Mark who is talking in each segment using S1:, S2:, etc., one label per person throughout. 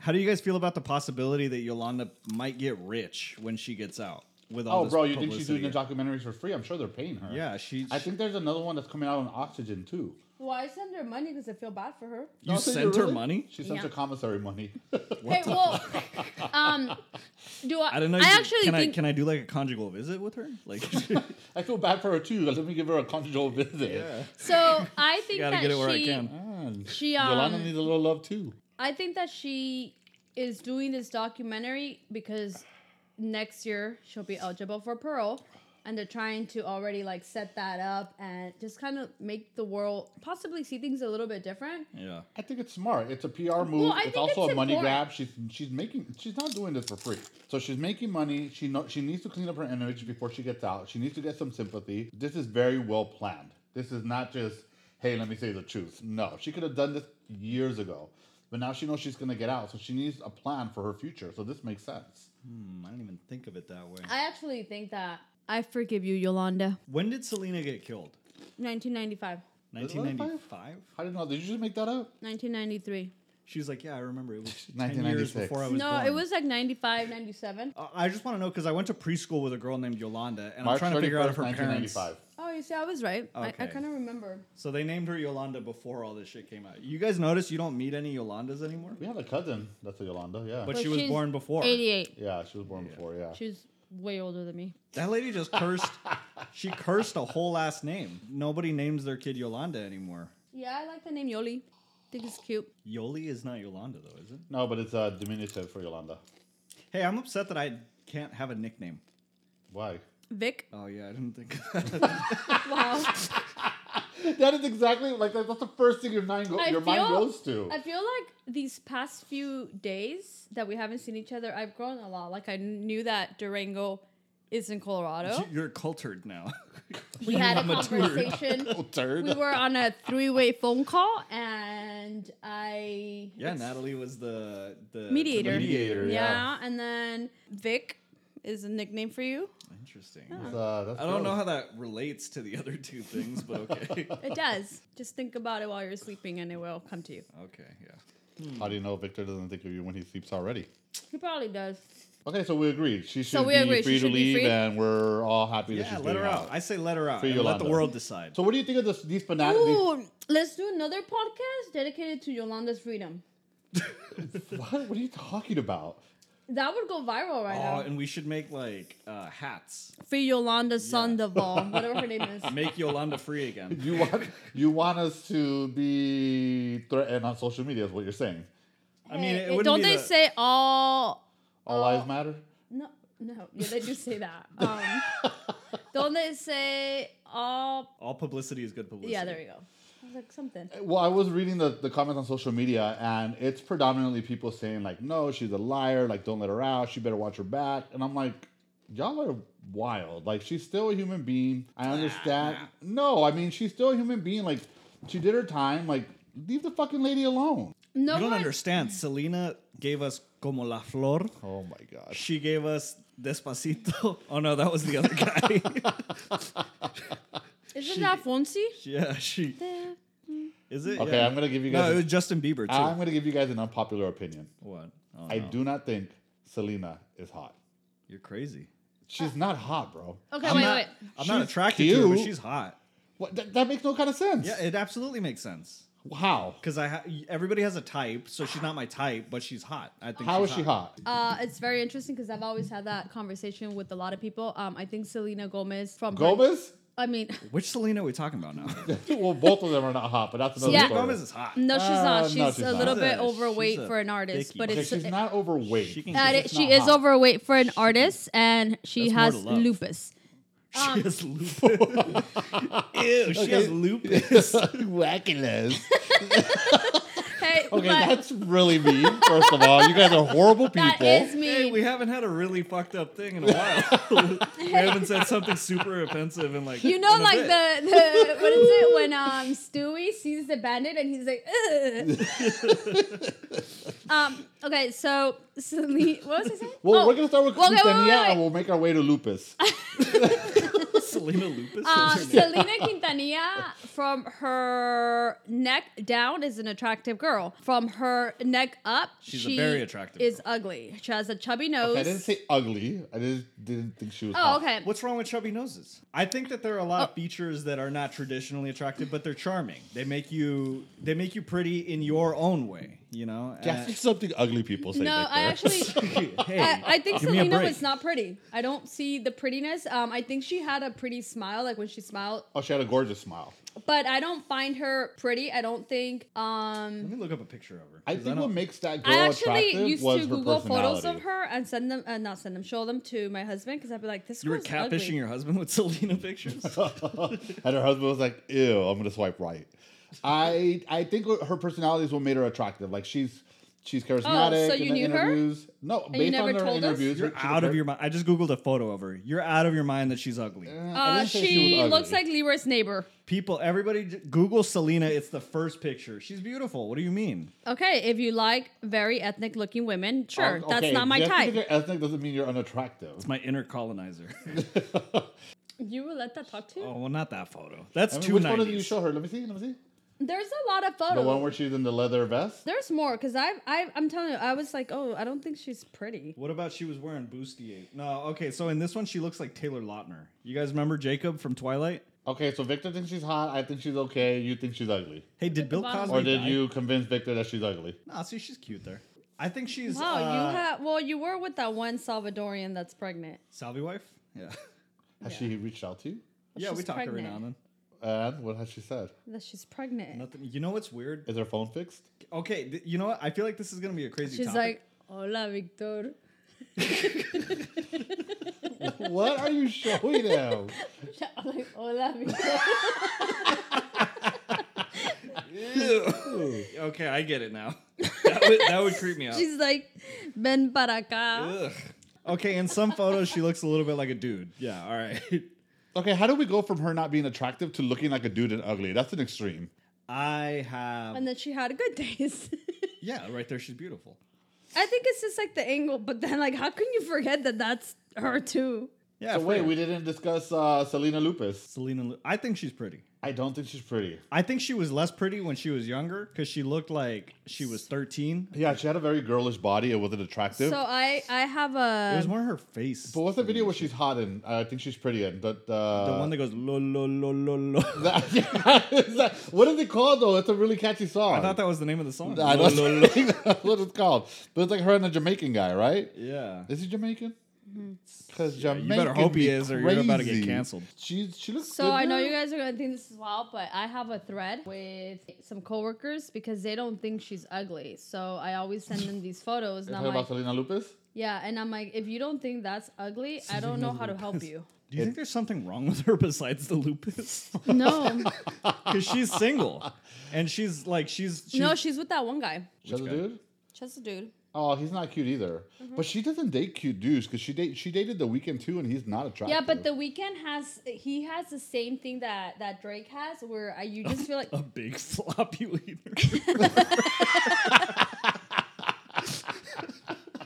S1: How do you guys feel about the possibility that Yolanda might get rich when she gets out with all
S2: Oh,
S1: this
S2: bro, you think
S1: publicity?
S2: she's doing the documentaries for free? I'm sure they're paying her.
S1: Yeah, she.
S2: I think there's another one that's coming out on Oxygen too.
S3: Well, I send her money because I feel bad for her.
S1: you
S2: Oh, so
S1: sent her
S2: really-
S1: money.
S2: She sent
S4: Yeah.
S2: her commissary money.
S4: Hey, well, um, do I?
S1: I don't know.
S4: I actually
S1: can
S4: think
S1: I can I do like a conjugal visit with her? Like, you
S2: I feel bad for her too. Let me give her a conjugal visit.
S4: so. I think
S1: gotta
S4: that
S1: get it where
S4: she,
S1: I can.
S2: Man,
S4: She,
S2: Yolanda
S4: um,
S2: needs a little love too.
S4: I think that she is doing this documentary because next year she'll be eligible for parole. And they're trying to already like set that up and just kind of make the world possibly see things a little bit different.
S1: Yeah.
S2: I think it's smart. It's a PR move.
S4: I
S2: it's
S4: think
S2: also
S4: it's
S2: a money
S4: important.
S2: grab. She's she's making she's not doing this for free. So she's making money. She know, she needs to clean up her image before she gets out. She needs to get some sympathy. This is very well planned. This is not just hey, let me say the truth. No, she could have done this years ago. But now she knows she's going to get out, so she needs a plan for her future. So this makes sense.
S1: Hmm, I didn't even think of it that way.
S4: I actually think that I forgive you, Yolanda.
S1: When did Selena get killed?
S4: 1995,
S1: 1995.
S2: I don't know. Did you just make that up?
S4: 1993.
S1: She was like, "Yeah, I remember. It was 10 years
S2: 1996.
S1: before I was
S4: No,
S1: born."
S4: it was like 95, 97.
S1: I- I just want to know because I went to preschool with a girl named Yolanda, and I'm
S2: March
S1: trying to figure out if her
S2: 31st,
S1: parents.
S2: 1995.
S4: Oh, you see, I was right. I, I
S1: Okay.
S4: kind of remember.
S1: So they named her Yolanda before all this shit came out. You guys notice you don't meet any Yolandas anymore,
S2: We have a cousin that's a Yolanda. Yeah.
S1: but
S4: But
S1: she was
S4: she's
S1: born before.
S4: 88.
S2: yeah, she was born before. Yeah.
S4: She's way older than me.
S1: That lady just cursed. she cursed a whole last name. Nobody names their kid Yolanda anymore.
S4: Yeah, I like the name Yoli. think it's cute.
S1: Yoli is not Yolanda though, is it?
S2: No, but it's a diminutive for Yolanda.
S1: Hey, I'm upset that I can't have a nickname.
S2: Why?
S4: Vic.
S1: Oh yeah, I didn't think.
S4: Wow.
S2: That is exactly like that- that's the first thing your mind go-
S4: I
S2: your mind
S4: feel-
S2: goes to.
S4: I feel like these past few days that we haven't seen each other, I've grown a lot. Like I knew that Durango is in Colorado.
S1: You're cultured now.
S4: We had
S1: I'm
S4: a
S1: a turd.
S4: conversation.
S2: Third.
S4: We were on a three-way phone call, and I
S1: yeah, Natalie was the the
S4: Mediator.
S1: the
S2: Mediator, yeah.
S4: yeah, and then Vic is a nickname for you.
S1: Interesting.
S4: Oh.
S2: It's, uh, that's
S1: I don't know
S2: gross.
S1: how that relates to the other two things, but okay.
S4: It does. Just think about it while you're sleeping, and it will come to you.
S1: okay, yeah.
S2: How do you know Victor doesn't think of you when he sleeps already?
S4: He probably does.
S2: Okay, so we agreed. She should
S4: So we
S2: be
S4: agree, she
S2: free to
S4: should be
S2: leave,
S4: free.
S2: and we're all happy that
S1: Yeah,
S2: she's
S1: let her
S2: getting
S1: out. I say let her out.
S2: Free
S1: and let the
S2: Yolanda.
S1: world decide.
S2: So what do you think of this, these fanatics?
S4: Ooh, let's do another podcast dedicated to Yolanda's freedom.
S2: What? What are you talking about?
S4: That would go viral right
S1: oh,
S4: now.
S1: and we should make like uh, hats.
S4: Free Yolanda Sandoval, whatever her name is.
S1: Make Yolanda free again.
S2: You want you want us to be threatened on social media is what you're saying.
S1: I mean, it
S4: Hey,
S1: wouldn't
S4: don't
S1: be
S4: they
S1: the-
S4: say all?
S2: All
S4: Uh,
S2: lives matter.
S4: No, no, yeah, they do say that. Um, don't they say all?
S1: all publicity is good publicity?
S4: Yeah, there you go. I was like something.
S2: Well, I was reading the, the comments on social media, and it's predominantly people saying like, "No, she's a liar. Like, don't let her out. She better watch her back." And I'm like, "Y'all are wild. Like, she's still a human being. I understand. no, I mean, she's still a human being. Like, she did her time. Like, leave the fucking lady alone."
S4: No
S1: You don't
S4: one-
S1: understand. Selena gave us Como la Flor.
S2: Oh my gosh.
S1: She gave us Despacito. Oh no, that was the other guy.
S4: Isn't that Fonzie?
S1: yeah, she is it.
S2: Okay,
S1: Yeah.
S2: I'm gonna Ah. give you
S1: No,
S2: guys.
S1: it was Justin Bieber too.
S2: i am I'm gonna give you guys an unpopular opinion.
S1: what? Oh,
S2: I
S1: no.
S2: do not think Selena is hot.
S1: You're crazy.
S2: She's
S1: Ah.
S2: not hot, bro.
S4: Okay,
S1: I'm
S4: wait,
S1: not,
S4: wait.
S1: I'm not
S2: She's
S1: attracted to her, but
S2: cute.
S1: she's hot.
S2: What? That, that makes no kind of sense.
S1: Yeah, it absolutely makes sense.
S2: How?
S1: Because I ha- everybody has a type, so she's not my type, but she's hot. I think.
S2: How
S1: she's
S2: is she hot?
S4: Uh, it's very interesting because I've always had that conversation with a lot of people. Um, I think Selena Gomez from her-
S2: Gomez?
S4: I mean,
S1: Which Selena are we talking about now?
S2: well, both of them are not hot, but that's another
S4: Yeah.
S2: story.
S1: Gomez is hot.
S4: no, she's not.
S2: Uh,
S4: She's,
S2: no, she's
S4: a
S2: not.
S4: little bit
S1: She's a-
S4: overweight
S1: she's a
S4: for an artist,
S1: dickie.
S4: but
S2: Okay,
S4: it's
S2: she's not overweight.
S1: She can.
S4: uh,
S1: get-
S2: she's
S4: she
S2: not
S4: is
S2: hot.
S4: overweight for an artist, and she
S1: That's more
S4: has
S1: to love.
S4: lupus.
S1: she has lupus. Ew, she has lupus.
S2: Wackiness.
S4: Hey,
S2: Okay,
S4: but
S2: that's really mean. First of all, you guys are horrible people.
S4: that is me.
S1: Hey, we haven't had a really fucked up thing in a while. we haven't said something super offensive and like
S4: you know,
S1: in a
S4: like
S1: bit.
S4: the, the what is it when um Stewie sees the bandit and he's like, "Ugh." um, okay, so Selena, what was I saying?
S2: well,
S4: Oh,
S2: we're gonna start with
S4: well,
S2: well,
S4: okay, wait, wait, wait.
S2: and we'll make our way to lupus.
S1: Selena Lupus?
S4: Um,
S1: is her name?
S4: Selena Quintanilla, from her neck down, is an attractive girl. From her neck up,
S1: She's a
S4: she
S1: very attractive
S4: Is
S1: girl.
S4: ugly. She has a chubby nose.
S2: I didn't say ugly. I just didn't think she was.
S4: oh,
S2: hot.
S4: okay.
S1: Ah, What's wrong with chubby noses? I think that there are a lot
S4: Oh.
S1: of features that are not traditionally attractive, but they're charming. They make you they make you pretty in your own way. You know.
S2: That's something ugly people say.
S4: No,
S2: back
S4: I
S2: there.
S4: actually.
S1: Uh, hey,
S4: I, I think
S1: give me a
S4: Selena
S1: break.
S4: was not pretty. I don't see the prettiness. Um, I think she had a pretty smile, like when she smiled,
S2: oh, she had a gorgeous smile.
S4: but I don't find her pretty. I don't think. Um,
S1: Let me look up a picture of her.
S2: I
S1: 'cause
S2: think
S1: don't-
S2: what makes that girl
S4: I actually
S2: attractive
S4: used
S2: was
S4: to
S2: her
S4: Google photos of
S2: personality.
S4: her and send them, uh, not send them, show them to my husband because I'd be like, this.
S1: you were
S4: girl's
S1: catfishing
S4: ugly.
S1: your husband with Selena pictures.
S2: and her husband was like, "Ew, I'm gonna swipe right." I I think what- her personality is what made her attractive. Like she's she's charismatic.
S4: Oh, so
S2: in
S4: you
S2: the
S4: knew her?
S2: interviews. her? No,
S4: you
S2: based on
S4: never
S2: her
S4: told us?
S2: interviews,
S1: You're
S2: she was
S1: out of
S2: very-
S1: your mind. I just googled a photo of her. You're out of your mind that she's ugly.
S2: Uh, I
S4: Uh,
S2: didn't say
S4: she,
S2: was
S4: looks
S2: ugly.
S4: like Leroy's neighbor.
S1: People, everybody, j- Google Selena. It's the first picture. She's beautiful. What do you mean?
S4: Okay, if you like very ethnic looking women, sure,
S2: Oh,
S4: that's
S2: okay,
S4: not my
S2: just because
S4: type.
S2: you're ethnic doesn't mean you're unattractive.
S1: It's my inner colonizer.
S4: You will let that talk to you?
S1: oh well, not that photo. That's
S2: I mean,
S1: two
S2: which one did you
S1: nineties.
S2: show her? Let me see. Let me see.
S4: There's a lot of
S2: The
S4: photos.
S2: one where she's in the leather vest.
S4: There's more because I, I, I'm telling you, I was like, oh, I don't think she's pretty.
S1: What about she was wearing bustier? No, okay. So in this one, she looks like Taylor Lautner. You guys remember Jacob from Twilight?
S2: Okay, so Victor thinks she's hot. I think she's okay. You think she's ugly,
S1: Hey, did Bill
S4: bottom.
S1: Cosby?
S2: or did
S1: die?
S2: you convince Victor that she's ugly?
S1: Nah, see, she's cute there. I think she's.
S4: Wow,
S1: uh,
S4: you have. Well, you were with that one Salvadorian that's pregnant.
S1: Salvi wife? Yeah.
S2: Has
S4: Yeah.
S2: she reached out to you?
S1: yeah, we
S4: she's
S1: talk every now
S4: pregnant.
S1: and then.
S2: And what has she said?
S4: That she's pregnant.
S1: Nothing. You know what's weird?
S2: Is her phone fixed?
S1: Okay, th- you know what? I feel like this is gonna be a crazy.
S4: she's
S1: topic.
S4: like, hola, Victor.
S2: what are you showing him?
S4: I'm like, hola, Victor.
S1: okay, I get it now. That would, that would creep me out.
S4: she's like, ven para acá.
S1: Ugh. Okay, in some photos she looks a little bit like a dude. Yeah, all right.
S2: Okay, how do we go from her not being attractive to looking like a dude and ugly? That's an extreme.
S1: I have
S4: And then she had a good taste.
S1: yeah, right there she's beautiful.
S4: I think it's just like the angle, but then like, how can you forget that that's her too?
S1: Yeah.
S2: So wait,
S1: fair.
S2: we didn't discuss uh, Selena Lupus.
S1: Selena. Lu- I think she's pretty.
S2: I don't think she's pretty.
S1: I think she was less pretty when she was younger because she looked like she was thirteen.
S2: Yeah, she had a very girlish body. It wasn't attractive.
S4: So I, I have
S1: It was
S4: a.
S1: more her face.
S2: but what's the video where she's hot and uh, I think she's pretty in? The, the,
S1: the one that goes lo lo lo lo lo.
S2: that, Is that- what is it called though? It's a really catchy song.
S1: I thought that was the name of the song.
S2: I
S1: Lo,
S2: don't
S1: lo, lo.
S2: think that's what it's called. But it's like her and the Jamaican guy, right?
S1: Yeah.
S2: Is he Jamaican?
S4: Hmm.
S2: Because
S1: you
S2: Jamaican.
S1: better hope he
S2: be
S1: is, or you're about to get
S2: crazy.
S1: canceled.
S2: She she looks.
S4: So
S2: good
S4: I know
S2: now.
S4: you guys are gonna think this is wild, but I have a thread with some coworkers because they don't think she's ugly. So I always send them these photos,
S2: You
S4: and I'm
S2: talking about
S4: like,
S2: Selena Lupus?
S4: yeah, and I'm like, if you don't think that's ugly, I don't know how to help you.
S1: Do you think there's something wrong with her besides the lupus?
S4: No,
S1: Because she's single, and she's like she's, she's
S4: no, she's with that one guy.
S2: She's a
S1: guy?
S2: dude.
S4: Just a dude.
S2: Oh, he's not cute either.
S4: Mm-hmm.
S2: But she doesn't date cute dudes because she date she dated the weekend too, and he's not attractive.
S4: Yeah, but the weekend has he has the same thing that that Drake has, where I, you just feel like
S1: a big sloppy leader.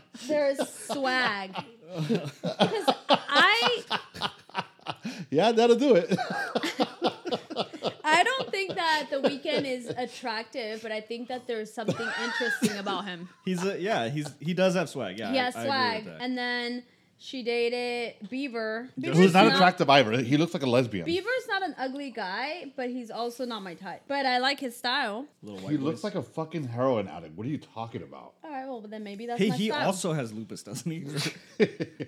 S4: there's swag. Because I
S2: yeah, that'll do it.
S4: I don't think that the weekend is attractive, but I think that there's something interesting about him.
S1: he's a yeah. He's he does have swag. Yeah,
S4: He
S1: I-
S4: has
S1: I agree
S4: swag.
S1: with that.
S4: And then she dated Beaver. Beaver's
S2: Who's not attractive either? He looks like a lesbian.
S4: Beaver's not an ugly guy, but he's also not my type. But I like his style.
S1: Little
S2: he
S1: white
S2: looks
S1: boys.
S2: like a fucking heroin addict. What are you talking about?
S4: All right, well then maybe that's
S1: Hey,
S4: my
S1: he
S4: style.
S1: also has lupus, doesn't he?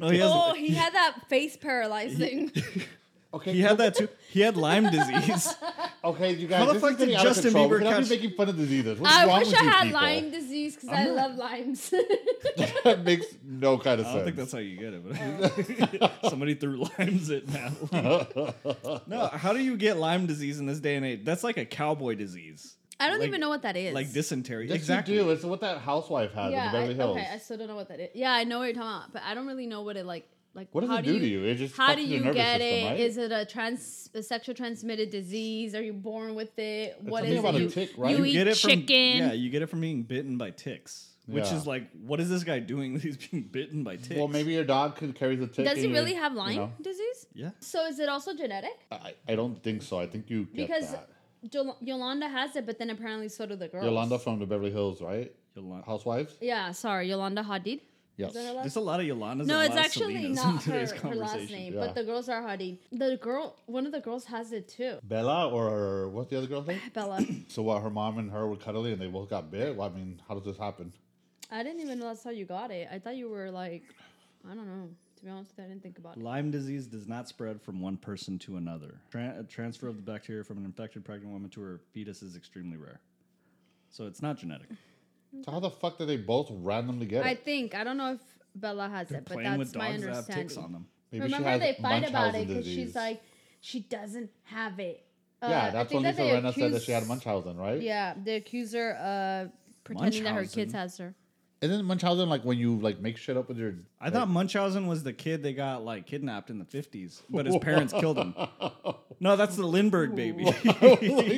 S1: no, he has.
S4: Oh, he had that face paralyzing.
S2: Okay,
S1: He had that too. He had Lyme disease.
S2: okay, you guys.
S1: How the
S2: this is
S1: fuck did
S2: getting out of
S1: Justin
S2: control. We
S1: Bieber
S2: cannot be
S1: catch-
S2: making fun of diseases. What's
S4: I
S2: wrong
S4: wish
S2: with
S4: I
S2: you
S4: had
S2: people?
S4: Lyme disease because I love limes.
S2: that makes no kind of
S1: I
S2: sense.
S1: don't think that's how you get it. But somebody threw limes at Matt. no, how do you get Lyme disease in this day and age? That's like a cowboy disease,
S4: I don't
S1: Like-
S4: even know what that is.
S1: like dysentery.
S2: Yes,
S1: exactly.
S2: you do. It's what that housewife has
S4: Yeah,
S2: in Beverly
S4: I,
S2: Hills.
S4: okay, I still don't know what that is. Yeah, I know what you're talking about, but I don't really know what it like. Like,
S2: What does
S4: how
S2: it do to you? It just
S4: how
S2: fucks
S4: do
S2: with your
S4: you
S2: nervous
S4: get
S2: system,
S4: it? Is
S2: right?
S4: it a trans, a sexual transmitted disease? Are you born with it? What
S2: something
S4: is
S2: about
S4: it?
S2: a
S4: You,
S2: tick, right?
S4: you
S2: You
S4: eat
S1: get it
S4: chicken.
S1: From, yeah, you get it from being bitten by ticks. which
S2: Yeah.
S1: is like, what is this guy doing that he's being bitten by ticks?
S2: Well, maybe your dog could carry the tick.
S4: Does
S2: and
S4: he
S2: you-
S4: really have
S2: you
S4: Lyme
S2: know.
S4: disease?
S1: Yeah.
S4: So is it also genetic?
S2: I, I don't think so. I think you get
S4: Because
S2: that.
S4: Yol- Yolanda has it, but then apparently so do the girls.
S2: Yolanda from the Beverly Hills, right?
S1: Yolan-
S2: Housewives.
S4: Yeah, sorry, Yolanda Hadid.
S2: Yes.
S4: Is that her last
S1: There's a lot of Yolandas.
S4: No,
S1: and
S4: it's
S1: a lot of
S4: actually
S1: Selenas in
S4: not her,
S1: today's
S4: her last
S1: conversation.
S4: name,
S2: Yeah.
S4: but the girls are Hadid. The girl, one of the girls has it too.
S2: Bella or what's the other girl's name?
S4: Bella.
S2: So what? Her mom and her were cuddly, and they both got bit. Well, I mean, how does this happen?
S4: I didn't even know that's how you got it. I thought you were like, I don't know. To be honest with you, I didn't think about it.
S1: Lyme disease does not spread from one person to another. Tran uh, transfer of the bacteria from an infected pregnant woman to her fetus is extremely rare. So it's not genetic.
S2: So how the fuck did they both randomly get it?
S4: I think I don't know if Bella has it, but
S1: Playing with
S4: that's my
S1: dogs that have ticks on
S4: understanding.
S1: them.
S2: Maybe she
S4: Remember
S2: has
S4: they fight about
S2: Munchausen
S4: it because she's
S2: disease.
S4: like, she doesn't have it. Uh,
S2: yeah,
S4: I
S2: that's
S4: think
S2: when
S4: that
S2: Lisa
S4: they
S2: Renna said that she had
S4: accuse-
S2: Munchausen, right?
S4: Yeah, they accuse her of pretending that her kids
S1: Munchausen.
S4: has her.
S2: Isn't Munchausen like when you like make shit up with your?
S1: I thought Munchausen was the kid they got like kidnapped in the 50s, but his parents killed him. No, that's the Lindbergh baby.
S2: Like,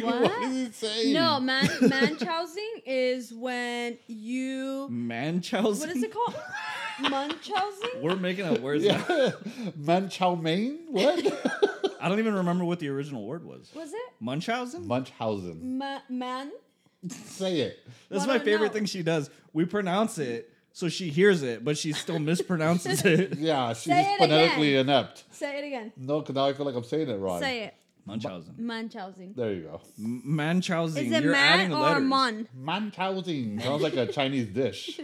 S2: what
S4: What?
S2: is he saying?
S4: No, man, manchousing is when you.
S1: Manchausen?
S4: What is it called? Munchausen?
S1: We're making up words. now.
S2: Yeah. Munchau Main? What?
S1: I don't even remember what the original word was.
S4: Was it?
S1: Munchausen?
S2: Munchausen.
S4: Ma- man?
S2: Say it.
S1: That's
S4: I
S1: my
S4: don't
S1: favorite
S4: know.
S1: thing she does. We pronounce it, so she hears it, but she still mispronounces it.
S2: Yeah, she's
S4: Say it
S2: phonetically inept.
S4: Say it again.
S2: No, because now I feel like I'm saying it wrong.
S4: Say it.
S1: Munchausen.
S4: Munchausen.
S2: There you go.
S1: M- Manchausen.
S4: Is it
S1: You're
S4: man
S1: adding
S4: or
S1: letters.
S4: mon?
S2: Munchausen sounds like a Chinese dish.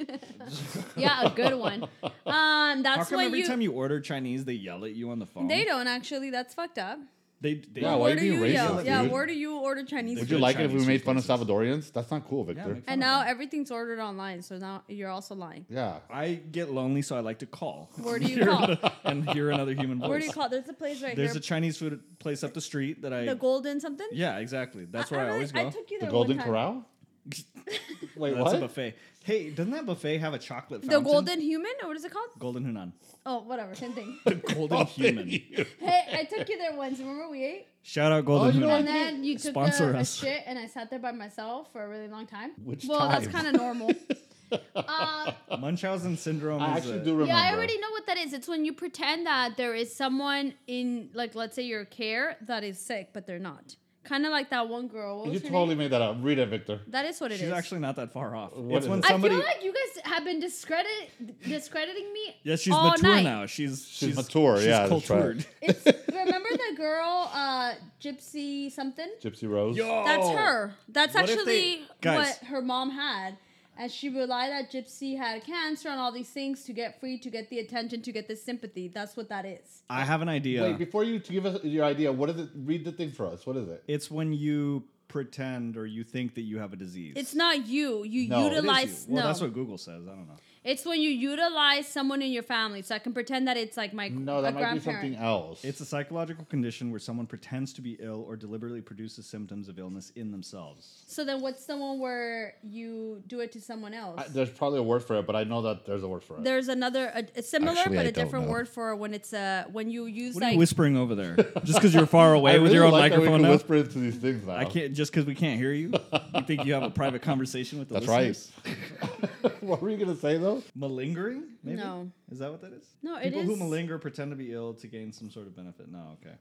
S4: Yeah, a good one. Um,
S1: How
S4: that's
S1: come
S4: what
S1: every
S4: you.
S1: time you order Chinese, they yell at you on the phone?
S4: they don't actually. That's fucked up.
S1: They, they yeah,
S2: Yeah, why
S4: where
S2: you
S4: do you
S2: being racist,
S4: yell? Yeah,
S2: dude?
S4: where do you order Chinese?
S2: Would
S4: food?
S2: you
S1: Good
S2: like it if
S1: Chinese
S2: we made fun of
S1: food
S2: Salvadorians? That's not cool, Victor.
S1: make fun
S4: And
S1: of
S4: now
S1: them.
S4: everything's ordered online, so now you're also lying.
S2: Yeah.
S1: I get lonely, so I like to call
S4: Where do you call?
S1: and hear another human voice.
S4: Where do you call? There's a place right
S1: There's
S4: here,
S1: a Chinese food place up the street that I.
S4: the Golden something.
S1: yeah, exactly. That's where I,
S4: really-
S1: always go.
S4: I took you
S2: The
S4: there
S2: Golden
S4: one time.
S2: Corral? Wait,
S1: That's a
S2: what?
S1: buffet. Hey, doesn't that buffet have a chocolate
S4: The
S1: fountain?
S4: Golden Human, or what is it called?
S1: Golden Hunan.
S4: Oh, whatever, same thing.
S1: The
S2: Oh,
S1: Golden Human.
S4: hey, I took you there once. Remember we ate,
S1: Shout out Golden
S2: Oh, you know
S1: Hunan.
S4: and then you took
S1: Sponsor
S4: the, a
S1: us.
S4: shit, and I sat there by myself for a really long time.
S2: Which
S4: well, that's
S2: time?
S4: kind of normal. uh,
S1: Munchausen syndrome
S2: I
S1: is
S2: actually
S1: a-
S2: do remember.
S4: Yeah, I already know what that is. It's when you pretend that there is someone in, like, let's say your care that is sick, but they're not. Kind of like that one girl. What was
S2: You
S4: her
S2: totally
S4: name?
S2: made that up. Read it, Victor.
S4: That is what it is.
S1: She's actually not that far off.
S2: What
S1: it's
S2: is
S1: when
S2: it?
S1: somebody.
S4: I feel like you guys have been discredit discrediting me.
S1: yeah, she's
S4: all
S1: mature
S4: night.
S1: now. She's
S2: She's mature,
S1: She's
S2: yeah, that's right.
S1: cultured.
S4: It's, remember the girl, uh, Gypsy something?
S2: Gypsy Rose.
S4: That's her. That's
S1: Oh. What if
S4: actually
S1: they- Guys.
S4: what her mom had. And she relied that Gypsy had cancer and all these things to get free, to get the attention, to get the sympathy. That's what that is.
S1: I have an idea.
S2: Wait, before you to give us your idea, what is it? Read the thing for us. What is it?
S1: it's when you pretend or you think that you have a disease.
S4: It's not you. You
S2: No,
S1: It is
S2: it is you.
S1: you.
S4: utilize
S1: Well,
S4: no.
S1: that's what Google says. I don't know.
S4: It's when you utilize someone in your family, so I can pretend that it's like my
S2: No,
S4: a
S2: that might be
S4: grandparent.
S2: something else.
S1: It's a psychological condition where someone pretends to be ill or deliberately produces symptoms of illness in themselves.
S4: So then, what's the one where you do it to someone else?
S2: I, there's probably a word for it, but I know that there's a word for it.
S4: There's another a, a similar
S2: Actually,
S4: but
S2: I
S4: a
S2: don't
S4: different
S2: know.
S4: word for when it's uh when you use
S1: What are
S4: like
S1: you whispering over there? Just because you're far away
S2: I
S1: with your
S2: really
S1: own
S2: like that we
S1: microphone
S2: can
S1: now?
S2: whisper into these things now.
S1: I can't just because we can't hear you. You think you have a private conversation with the
S2: That's
S1: listeners? right.
S2: what were you gonna say though?
S1: Malingering? Maybe?
S4: No.
S1: Is that what that is?
S4: No, it
S1: People who
S4: is-
S1: malinger pretend to be ill to gain some sort of benefit. No, okay.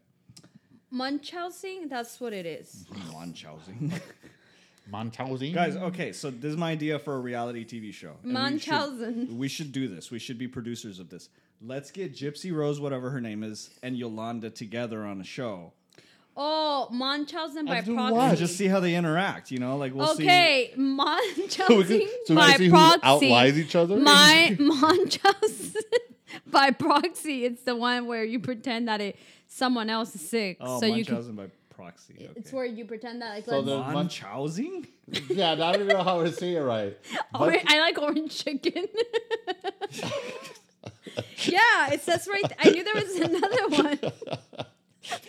S4: Munchausen. That's what it is.
S1: Munchausen.
S2: Munchausen.
S1: Guys, okay, so this is my idea for a reality TV show. and we should-
S4: Munchausen.
S1: We should do this. We should be producers of this. Let's get Gypsy Rose, whatever her name is, and Yolanda together on a show.
S4: Oh, Munchausen by
S2: As do
S4: proxy.
S2: what?
S1: And just see how they interact, you know? Like we'll see
S4: okay,
S2: So we
S4: Munchausen
S2: can, so we
S4: by
S2: can see who
S4: proxy.
S2: outlies each other.
S4: My Munchausen by proxy. It's the one where you pretend that it someone else is sick,
S1: Oh
S4: so you can
S1: Munchausen by proxy. Okay.
S4: It's where you pretend that like
S2: So
S4: let's,
S2: the-
S1: Munchausen?
S2: yeah, now I don't even know how to say it right.
S4: Or- I like orange chicken. yeah, it says right. I knew there was another one.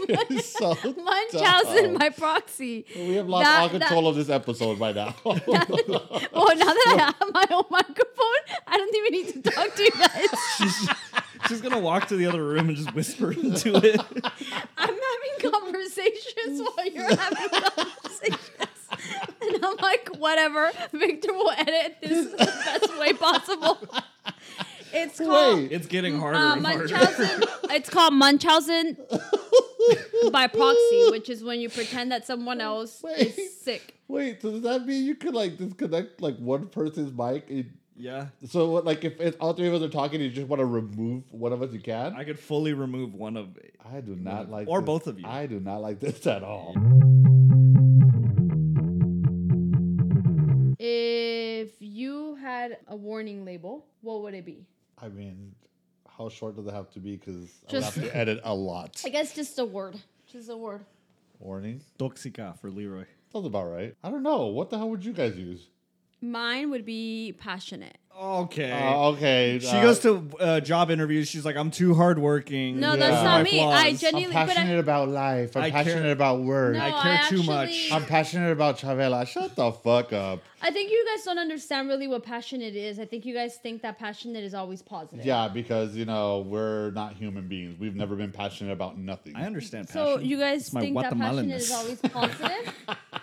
S2: It's so
S4: Munchausen
S2: dumb.
S4: by proxy.
S2: We have lost
S4: That-
S2: all control
S4: that-
S2: of this episode by now.
S4: Well, Oh, now that I have my own microphone, I don't even need to talk to you guys.
S1: she's, she's gonna walk to the other room and just whisper into it.
S4: I'm having conversations while you're having conversations, and I'm like, whatever. Victor will edit this in the best way possible. It's called
S1: It's getting harder
S4: uh,
S1: and harder.
S4: Munchausen. It's called Munchausen by proxy, which is when you pretend that someone else
S2: Wait.
S4: is sick.
S2: Wait, so does that mean you could like disconnect like one person's mic? and-
S1: yeah,
S2: so what, like if, if all three of us are talking, you just want to remove one of us? You can.
S1: I could fully remove one of.
S2: I do not like
S1: Or
S2: this.
S1: both of you.
S2: I do not like this at all.
S4: If you had a warning label, what would it be?
S2: I mean, how short does it have to be? Because I would
S4: Just-
S2: have to edit a lot.
S4: I guess just a word. Just a word.
S2: Warning.
S1: Toxica for Leroy.
S2: Sounds about right. I don't know. What the hell would you guys use?
S4: Mine would be passionate.
S1: Okay.
S2: Uh, okay.
S1: she
S2: uh,
S1: goes to uh, job interviews. She's like, "I'm too hardworking."
S4: No,
S2: that's
S1: These are
S2: not
S1: my
S4: me. I
S1: flaws."
S4: gen-
S2: I'm
S4: But I-
S2: passionate about life. I'm
S1: I care-
S2: passionate about work.
S4: No,
S1: I
S4: I
S1: care too
S4: actually-
S1: much.
S2: I'm passionate about Chavela. Shut the fuck up.
S4: I think you guys don't understand really what passionate is. I think you guys think that passionate is always positive.
S2: Yeah, because you know we're not human beings. We've never been passionate about nothing.
S1: I understand.
S4: So
S1: passion.
S4: you guys
S1: my
S4: think that passionate is
S1: Guatemalanness.
S4: always positive?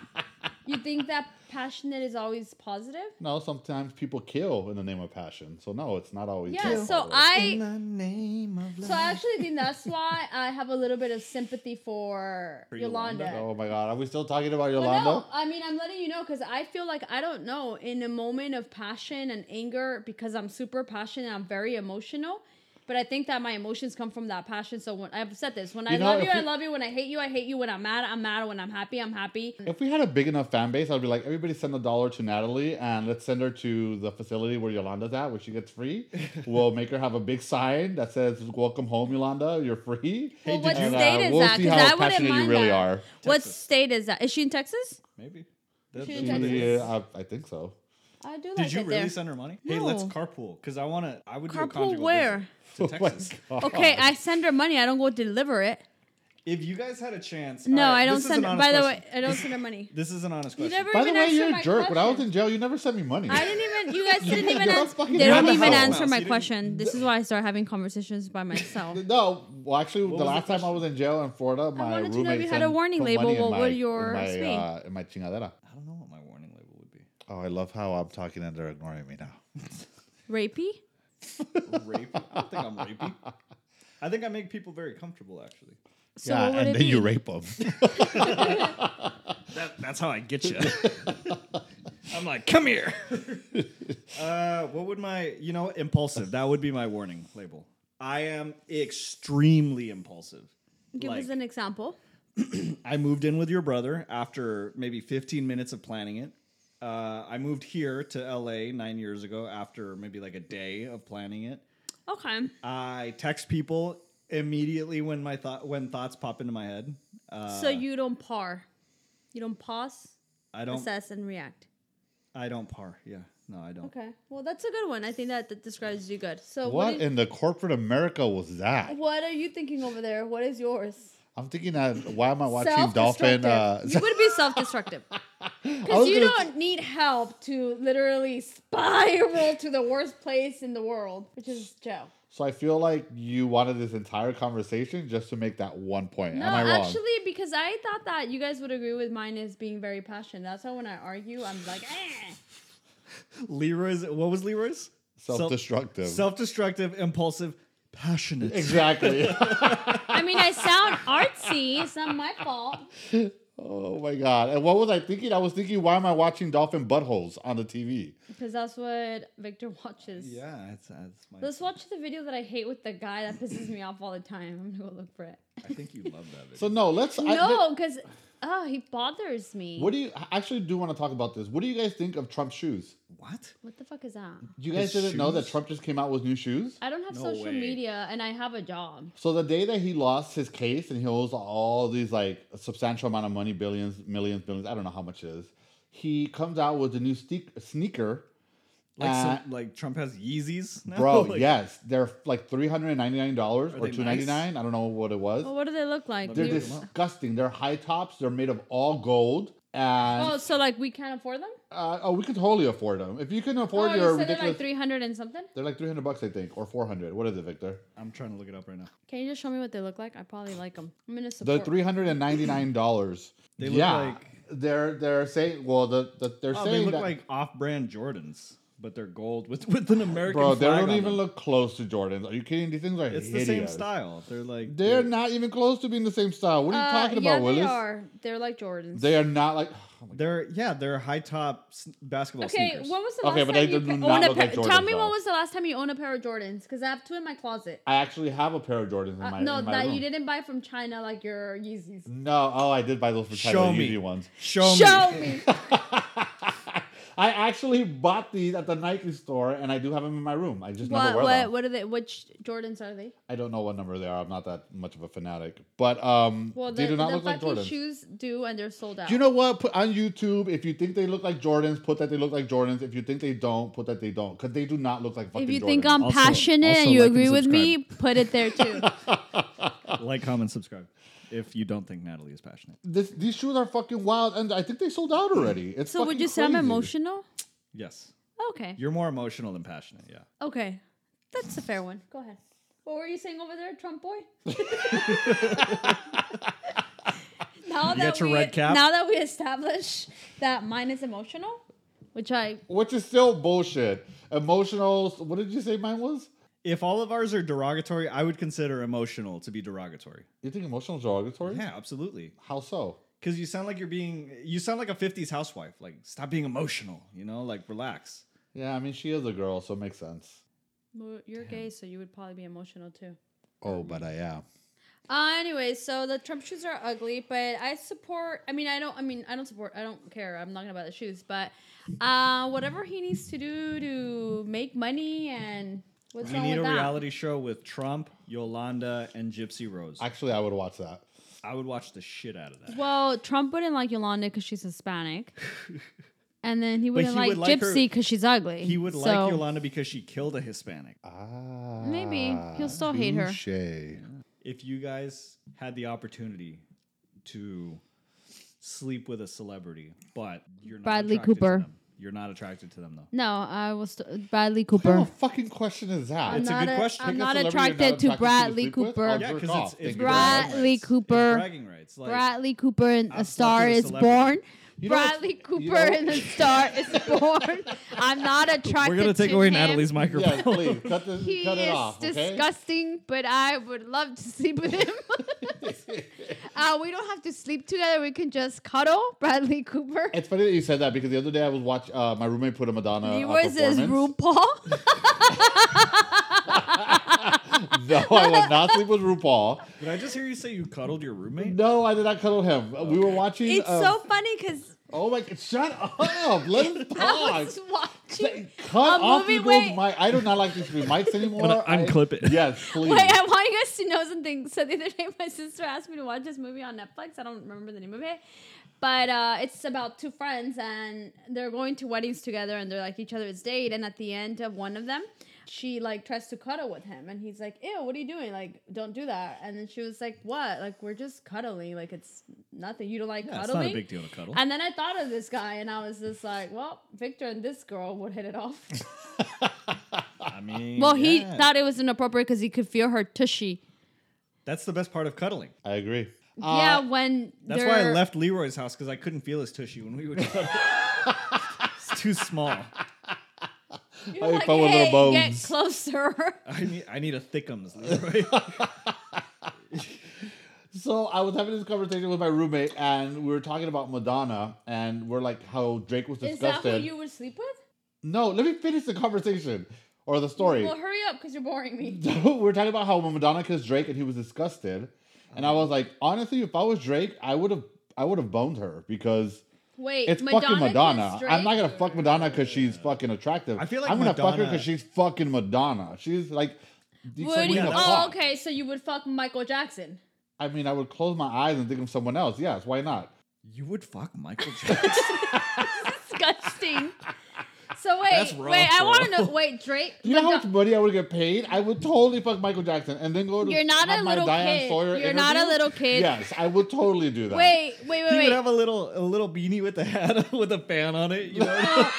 S4: you think that passionate is always positive?
S2: No, sometimes people kill in the name of passion. So no, it's not always.
S4: Yeah,
S2: just
S4: so
S2: positive.
S1: In
S4: I
S1: the name of
S4: so I actually think that's why I have a little bit of sympathy for,
S1: For Yolanda?
S4: Yolanda.
S2: Oh my god, are we still talking about
S4: But
S2: Yolanda?
S4: no, I mean I'm letting you know because I feel like I don't know in a moment of passion and anger because I'm super passionate, I'm very emotional. But I think that my emotions come from that passion. So when I've said this, when I
S2: You know,
S4: love
S2: if
S4: you, I
S2: you-
S4: love you. When I hate you, I hate you. When I'm mad, I'm mad. When I'm happy, I'm happy.
S2: If we had a big enough fan base, I'd be like, everybody send a dollar to Natalie and let's send her to the facility where Yolanda's at, where she gets free. we'll make her have a big sign that says, Welcome home, Yolanda, you're free.
S4: Well, what
S1: did you-
S4: state
S2: And, uh,
S4: is
S2: we'll
S4: that?
S2: see
S4: Because
S2: how
S4: I wouldn't
S2: passionate you
S4: mind
S2: really
S4: that.
S2: are.
S4: What
S1: Texas.
S4: state is that? Is she in Texas?
S1: Maybe. That-
S4: She
S1: that's
S4: was
S1: what
S4: like-
S1: it is.
S2: Yeah, I, I think so.
S4: I do like
S1: Did you
S4: it
S1: really
S4: there.
S1: send her money? Hey, let's
S4: No.
S1: carpool because I want to. I would do a
S4: Carpool
S1: conjugal
S4: where?
S1: visit
S2: Oh
S1: to
S2: my
S1: Texas.
S2: God.
S4: Okay, I send her money. I don't go deliver it.
S1: if you guys had a chance,
S4: No,
S1: all right,
S4: I don't
S1: this is
S4: send.
S1: an
S4: By
S1: honest
S4: the
S1: question.
S4: way, I don't send her money.
S1: this is an honest
S4: You
S1: question.
S4: never
S2: By the
S4: even
S2: way,
S4: answered
S2: you're
S4: my
S2: a jerk.
S4: Question.
S2: When I was in jail, you never sent me money.
S4: I didn't even. You guys didn't even
S2: You're a
S4: answer.
S2: fucking
S4: They don't
S2: dumbass.
S4: even
S1: Mouse,
S4: answer my
S1: you didn't-
S4: question. This is why I start having conversations by myself.
S2: No, well, actually, the
S1: was the
S2: last time I
S1: question?
S2: was in jail in Florida, my
S4: wanted to
S2: roommate
S4: know if you had a
S2: sent-
S4: warning
S2: put
S4: label,
S2: money in
S4: what
S2: my-
S4: would yours
S2: in my,
S4: be?
S2: Uh, in my chingadera.
S1: I don't know what my warning label would be.
S2: Oh, I love how I'm talking and they're ignoring me now.
S4: Rapey?
S1: Rape? I don't think I'm rapey. I think I make people very comfortable. Actually,
S4: So what would
S2: and
S4: it
S2: then
S4: be?
S2: you rape them.
S1: that, that's how I get you. I'm like, come here. uh, what would my, you know, impulsive? That would be my warning label. I am extremely impulsive.
S4: Give
S1: Like-
S4: us an example.
S1: I moved in with your brother after maybe 15 minutes of planning it. Uh, I moved here to LA nine years ago after maybe like a day of planning it.
S4: Okay.
S1: I text people immediately when my thought when thoughts pop into my head. Uh,
S4: so you don't par. You don't pause,
S1: I don't.
S4: assess, and react.
S1: I don't par. Yeah, no, I don't.
S4: Okay. Well, that's a good one. I think that, that describes you good. So what?
S2: What
S4: did-
S2: in the corporate America was that?
S4: what are you thinking over there? What is yours?
S2: I'm thinking that why am I watching Dolphin? Uh,
S4: you would be self-destructive
S2: I
S4: because
S2: was
S4: you
S2: gonna-
S4: don't need help to literally spiral to the worst place in the world, which is jail.
S2: so I feel like you wanted this entire conversation just to make that one point.
S4: No,
S2: Am I wrong?
S4: actually, because I thought that you guys would agree with mine as being very passionate. That's why when I argue, I'm like, eh.
S1: Leroy's. What was Leroy's?
S2: Self-destructive.
S1: Self destructive, impulsive, passionate.
S2: exactly.
S4: I mean, I sound artsy. It's not my fault.
S2: oh my god! And what was I thinking? I was thinking, why am I watching Dolphin buttholes on the TV?
S4: Because that's what Victor watches.
S1: Yeah, that's, that's my.
S4: Let's watch the video that I hate with the guy that pisses me off all the time. I'm gonna go look for it.
S1: I think you love that. Video.
S2: So no, let's. I-
S4: No, because oh, he bothers me.
S2: what do you I actually do want to talk about this? What do you guys think of Trump's shoes?
S1: what?
S4: What the fuck is that?
S2: You guys
S1: His
S2: didn't know that
S1: shoes?
S2: Trump just came out with new shoes.
S4: I don't have
S1: No
S4: social
S1: way.
S4: media and I have a job.
S2: So the day that he lost his case and he owes all these like a substantial amount of money, billions, millions, billions, I don't know how much it is, he comes out with a new sneak- sneaker.
S1: Like,
S2: Uh,
S1: some, like Trump has Yeezys now.
S2: Bro,
S1: Like,
S2: yes, they're like three hundred and ninety nine dollars
S1: Are
S2: or
S1: they
S2: two ninety nine.
S1: nice?
S2: I don't know what it was.
S4: Well, what do they look like?
S2: they're
S1: me
S4: You-
S1: look 'em up.
S2: disgusting. They're high tops. They're made of all gold. And
S4: oh,
S2: oh,
S4: so like we can't afford them?
S2: uh, oh we could totally afford them if you can afford
S4: oh,
S2: your
S4: you said they're
S2: ridiculous.
S4: like 300 and something?
S2: they're like three hundred bucks, I think, or four hundred. What is it, Victor?
S1: I'm trying to look it up right now.
S4: Can you just show me what they look like? I probably like them. I'm gonna
S2: The
S4: support.
S2: three hundred and ninety nine dollars.
S1: They look
S2: yeah,
S1: like
S2: they're they're saying well the, the they're
S1: Oh,
S2: saying
S1: they look
S2: that
S1: like off-brand Jordans, but they're gold with, with an American
S2: bro they
S1: flag
S2: don't
S1: on
S2: even
S1: them.
S2: look close to Jordans. Are you kidding? These things are
S1: It's the
S2: hideous.
S1: same style. They're like
S2: They're not even close to being the same style. What are you
S4: Uh,
S2: talking
S4: yeah,
S2: about, Willis?
S4: they are. They're like Jordans.
S2: They are not like. oh my
S1: They're yeah, they're high top s- basketball
S4: okay,
S1: sneakers.
S4: when was the
S2: Okay,
S4: last
S2: but
S4: time
S2: they
S4: you
S2: do
S4: pa-
S2: not
S4: owned a
S2: look
S4: pair?
S2: like
S4: Tell
S2: Jordans,
S4: me
S2: though.
S4: when was the last time you owned a pair of Jordans? Because I have two in my closet.
S2: I actually have a pair of Jordans in
S4: Uh,
S2: my
S4: no,
S2: in my
S4: that
S2: room.
S4: you didn't buy from China like your Yeezys.
S2: No, oh, I did buy those for China
S1: Show
S2: the
S1: me.
S2: Yeezy ones.
S1: Show,
S4: Show
S1: me.
S4: me.
S2: I actually bought these at the Nike store, and I do have them in my room. I just
S4: what,
S2: never wear
S4: what,
S2: them.
S4: what are they? Which Jordans are they?
S2: I don't know what number they are. I'm not that much of a fanatic, but um,
S4: Well,
S2: they
S4: the,
S2: do not
S4: the
S2: look like
S4: fucking
S2: Jordans.
S4: shoes do, and they're sold out.
S2: Do you know what? Put on YouTube if you think they look like Jordans, put that they look like Jordans. If you think they don't, put that they don't, because they do not look like fucking.
S4: if you
S2: Jordans.
S4: think I'm
S1: Also-
S4: passionate
S1: also
S4: and you
S1: like and
S4: agree with me, put it there too.
S1: like, comment, subscribe. If you don't think Natalie is passionate,
S2: this, these shoes are fucking wild, and I think they sold out already. It's
S4: so would
S2: fucking
S4: you say I'm
S2: crazy.
S4: emotional?
S1: yes,
S4: Okay.
S1: you're more emotional than passionate. Yeah.
S4: Okay. That's a fair one. Go ahead. What were you saying over there, Trump boy? now that
S1: got your
S4: we
S1: red cap?
S4: now that we establish that mine is emotional, which I
S2: Which is still bullshit. Emotional. What did you say mine was?
S1: If all of ours are derogatory, I would consider emotional to be derogatory.
S2: You think emotional is derogatory?
S1: Yeah, absolutely.
S2: How so?
S1: Because you sound like you're being, you sound like a '50s housewife. Like, stop being emotional. You know, like relax.
S2: Yeah, I mean she is a girl, so it makes sense.
S4: well, you're gay, so you would probably be emotional too.
S2: Oh, but I am.
S4: Uh, anyway, so the Trump shoes are ugly, but I support. I mean, I don't. I mean, I don't support. I don't care. I'm not gonna buy the shoes, but uh, whatever he needs to do to make money and what's
S1: We
S4: wrong
S1: need a
S4: with that?
S1: reality show with Trump, Yolanda, and Gypsy Rose. I,
S2: Actually, I would watch that.
S1: would watch the shit out of that.
S4: Well, Trump wouldn't like Yolanda because she's Hispanic, and then he wouldn't
S1: he
S4: like
S1: would like her-
S4: Gypsy because she's ugly.
S1: He would
S4: So,
S1: like Yolanda because she killed a Hispanic.
S2: Ah,
S4: Maybe. He'll still hate her.
S2: touche.
S1: if you guys had the opportunity to sleep with a celebrity, but you're not
S4: Bradley
S1: attracted to
S4: Cooper.
S1: them. you're not attracted to them though.
S4: No, I was st- Bradley
S2: What kind of
S4: Cooper.
S2: fucking question is that?
S4: I'm
S1: Oh, It's a
S4: not
S1: good question.
S4: I'm
S1: Pick a
S4: not
S2: celebrity you're not
S4: attracted to
S2: attracted to
S4: Bradley
S2: sleep with?
S4: Cooper.
S2: Oh,
S1: Yeah,
S2: jerk
S1: because
S2: off.
S1: it's, it's
S2: Thank you.
S1: bragging
S4: Bradley
S1: rights. It's
S4: Cooper.
S1: bragging rights. Like,
S4: Bradley Cooper in A
S1: I'm
S4: Star
S1: fucking a
S4: Is
S1: celebrity.
S4: Born.
S2: You know-
S4: Bradley
S2: you
S4: Cooper
S2: know-
S4: in A Star Is Born. I'm not attracted.
S1: we're gonna take
S4: to
S1: away
S4: him.
S1: Natalie's microphone.
S2: Yeah, please cut, this,
S4: He
S2: cut it
S4: is
S2: off. Okay?
S4: disgusting, but I would love to sleep with him. uh, we don't have to sleep together. We can just cuddle, Bradley Cooper.
S2: It's funny that you said that because the other day I was watching. Uh, my roommate put a Madonna.
S4: He
S2: uh,
S4: was as
S2: performance.
S4: RuPaul.
S2: No, I will not sleep with RuPaul.
S1: Did I just hear you say you cuddled your roommate?
S2: No, I did not cuddle him. Uh, We were watching.
S4: it's
S2: uh,
S4: so funny because
S2: Oh my! God, Shut up! Let him
S1: Oh,
S4: I
S2: talk.
S4: was watching.
S2: Cut
S4: A
S2: off
S4: movie-
S2: people's
S4: wait.
S2: mic. I do not like these people's mics anymore.
S1: I'm gonna
S2: I-
S1: unclip it.
S2: Yes, please.
S4: Wait, I want you guys to know something. So the other day, my sister asked me to watch this movie on Netflix. I don't remember the name of it, but uh, it's about two friends and they're going to weddings together, and they're like each other's date. And at the end of one of them, she like tries to cuddle with him, and he's like, "Ew, what are you doing? Like, don't do that." And then she was like, "What? Like, we're just cuddling. Like, it's nothing. You don't like
S1: Yeah, it's
S4: cuddling."
S1: not a big deal to cuddle.
S4: And then I thought of this guy, and I was just like, "Well, Victor and this girl would hit it off."
S1: I mean,
S4: well, he
S1: yeah.
S4: thought it was inappropriate because he could feel her tushy.
S1: that's the best part of cuddling.
S2: I agree.
S4: yeah, when
S1: That's why I left Leroy's house because I couldn't feel his tushy when we would cuddle. it's too small.
S4: you
S2: I fell with little
S4: Get
S2: bones."
S4: closer.
S1: I need I need a thickums, Leroy.
S2: So I was having this conversation with my roommate, and we were talking about Madonna, and we're like how Drake was
S4: Is
S2: disgusted.
S4: that who you would sleep with?
S2: No, let me finish the conversation or the story.
S4: Well, hurry up because you're boring me.
S2: we were talking about how Madonna kissed Drake and he was disgusted, and I was like, honestly, if I was Drake, I would have, I would have boned her because
S4: Wait,
S2: it's
S4: Madonna
S2: fucking Madonna.
S4: kissed Drake?
S2: I'm not gonna fuck Madonna because she's fucking attractive.
S1: I feel like
S2: I'm gonna fuck her
S1: Madonna-
S2: because she's fucking Madonna. She's like. the
S4: Would
S2: queen
S4: you,
S2: of
S4: oh,
S2: pop.
S4: okay. So you would fuck Michael Jackson.
S2: I mean, I would close my eyes and think of someone else. Yes, why not?
S1: you would fuck Michael Jackson.
S4: Disgusting. So wait,
S1: That's rough,
S4: wait. I
S1: bro.
S4: want to know. Wait, Drake.
S2: Do you know how much
S4: Madon-
S2: money I would get paid? I would totally fuck Michael Jackson and then go to
S4: You're not
S2: have
S4: a
S2: my
S4: little
S2: Diane
S4: kid.
S2: Sawyer
S4: You're not a
S2: interview?
S4: little kid.
S2: Yes, I would totally do that.
S4: Wait, wait,
S1: he
S4: wait,
S1: would
S4: wait.
S1: have a little a little beanie with a hat with a fan on it. You know,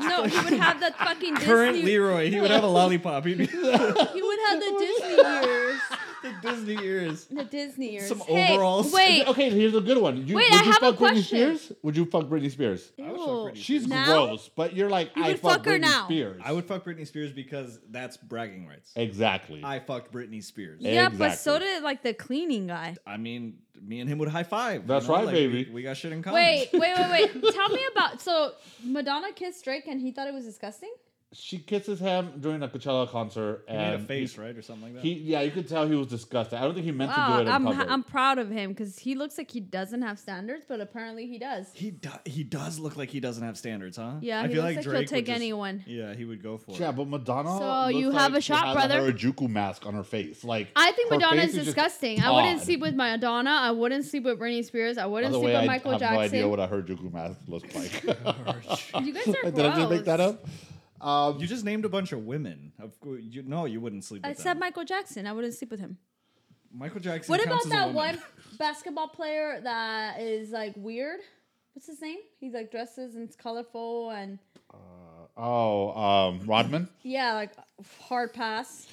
S4: No, he would have the fucking
S1: current
S4: Disney.
S1: Leroy. He would have a lollipop. He'd be
S4: He would have the Disney years.
S1: the Disney ears.
S4: The Disney years.
S1: Some
S4: hey,
S1: overalls.
S4: Wait.
S2: Okay, here's a good one. You,
S4: Wait,
S2: would
S4: I
S2: you
S4: have a
S2: fuck Britney
S4: question.
S2: Spears? Would you fuck Britney Spears?
S1: I was so
S4: Ew.
S1: pretty
S2: She's
S4: Now?
S2: gross, but you're like,
S4: You
S2: I
S4: would
S2: fuck
S4: fuck her
S2: Britney
S4: now.
S2: Spears.
S1: I would fuck Britney Spears because that's bragging rights.
S2: exactly.
S1: I fucked Britney Spears.
S4: Yeah, but
S2: Exactly.
S4: so did like the cleaning guy.
S1: I mean, me and him would high five.
S2: That's right,
S1: we-
S2: baby.
S1: We, got shit in common.
S4: Wait, wait, wait, wait. Tell me about so Madonna kissed Drake and he thought it was disgusting.
S2: she kisses him during a Coachella concert,
S1: He made
S2: and
S1: a face,
S2: he,
S1: right, or something like that.
S2: he- yeah, you could tell he was disgusted. I don't think he meant to do
S4: Wow,
S2: it in
S4: Oh, I'm
S2: public.
S4: I'm proud of him because he looks like he doesn't have standards, but apparently he does.
S1: he do, he does look like he doesn't have standards, huh?
S4: Yeah,
S1: I
S4: he
S1: feel
S4: looks
S1: like
S4: like he'll
S1: Drake would
S4: take
S1: just-
S4: anyone.
S1: Yeah, he would go for
S2: yeah,
S1: it.
S2: but Madonna.
S4: So
S2: looks
S4: you
S2: like
S4: have a
S2: she
S4: shot,
S2: has
S4: brother?
S2: A Harajuku mask on her face, like
S4: I think
S2: her
S4: Madonna
S2: face
S4: is
S2: just
S4: disgusting. I wouldn't
S2: odd.
S4: sleep with Madonna. I wouldn't sleep with Britney Spears. I
S2: By
S4: wouldn't
S2: the
S4: sleep
S2: way,
S4: with
S2: I
S4: Michael
S2: have no
S4: Jackson.
S2: idea what a Harajuku mask looks like.
S4: You guys are
S2: Did I just make that
S4: gross.
S2: up? Um,
S1: You just named a bunch of women. Of cou- you no, you wouldn't sleep with
S4: Except
S1: them.
S4: Michael Jackson. I wouldn't sleep with him.
S1: Michael Jackson.
S4: What
S1: counts
S4: about
S1: as a
S4: that
S1: woman.
S4: one basketball player that is like weird? What's his name? He's like dresses and it's colorful and
S2: oh, um, Rodman.
S4: yeah, like hard pass.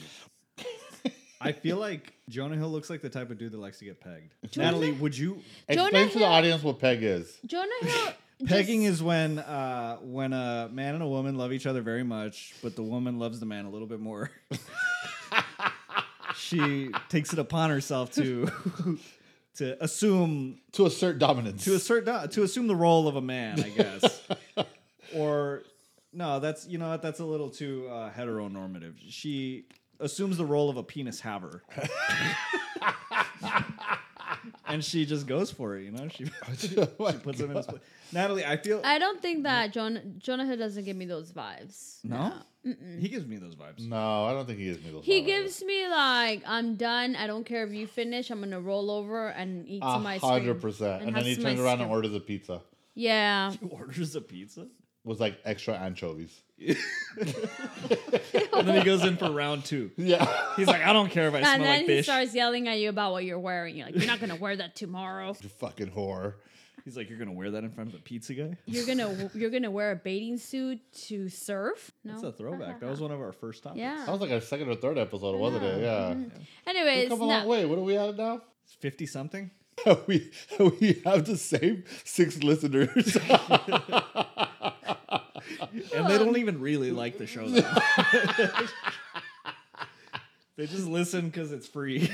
S1: I feel like Jonah Hill looks like the type of dude that likes to get pegged.
S4: Jonah-
S1: Natalie, would you?
S4: Jonah
S2: Explain to the
S4: Hill-
S2: audience what peg is.
S4: Jonah Hill.
S1: Pegging is when uh, when a man and a woman love each other very much, but the woman loves the man a little bit more. she takes it upon herself to to assume
S2: To assert dominance.
S1: to assert to assume the role of a man, I guess. or no, that's you know what, that's a little too uh, heteronormative. She assumes the role of a penis haver. and she just goes for it, you know? She, she
S2: Oh
S1: puts him in his place. Natalie, I feel
S4: I don't think that Jonah Jonah Hill doesn't give me those vibes.
S1: No? He gives me those vibes.
S2: no, I don't think he gives me those.
S4: He
S2: vibes.
S4: gives me like, I'm done. I don't care if you finish. I'm gonna roll over and eat
S2: a
S4: some ice cream.
S2: hundred percent. And
S4: have
S2: then he
S4: some
S2: turns
S4: ice
S2: around and
S4: cream.
S2: orders a pizza.
S4: Yeah.
S1: He orders a pizza.
S2: Was like extra anchovies.
S1: And then he goes in for round two.
S2: Yeah.
S1: He's like, I don't care if I
S4: And
S1: smell
S4: then
S1: like
S4: he
S1: fish.
S4: starts yelling at you about what you're wearing. You're like, you're not gonna wear that tomorrow.
S2: you fucking whore.
S1: He's like, You're gonna wear that in front of a pizza guy?
S4: You're gonna you're gonna wear a bathing suit to surf. No,
S1: That's a throwback. That was one of our first topics.
S4: Yeah.
S2: That was like our second or third episode, wasn't it? Yeah. We've
S4: Anyways,
S2: come a long
S4: no.
S2: way. What are we at now?
S1: 50 something?
S2: we we have the same six listeners.
S1: And they don't even really like the show. Though. they just listen because it's free.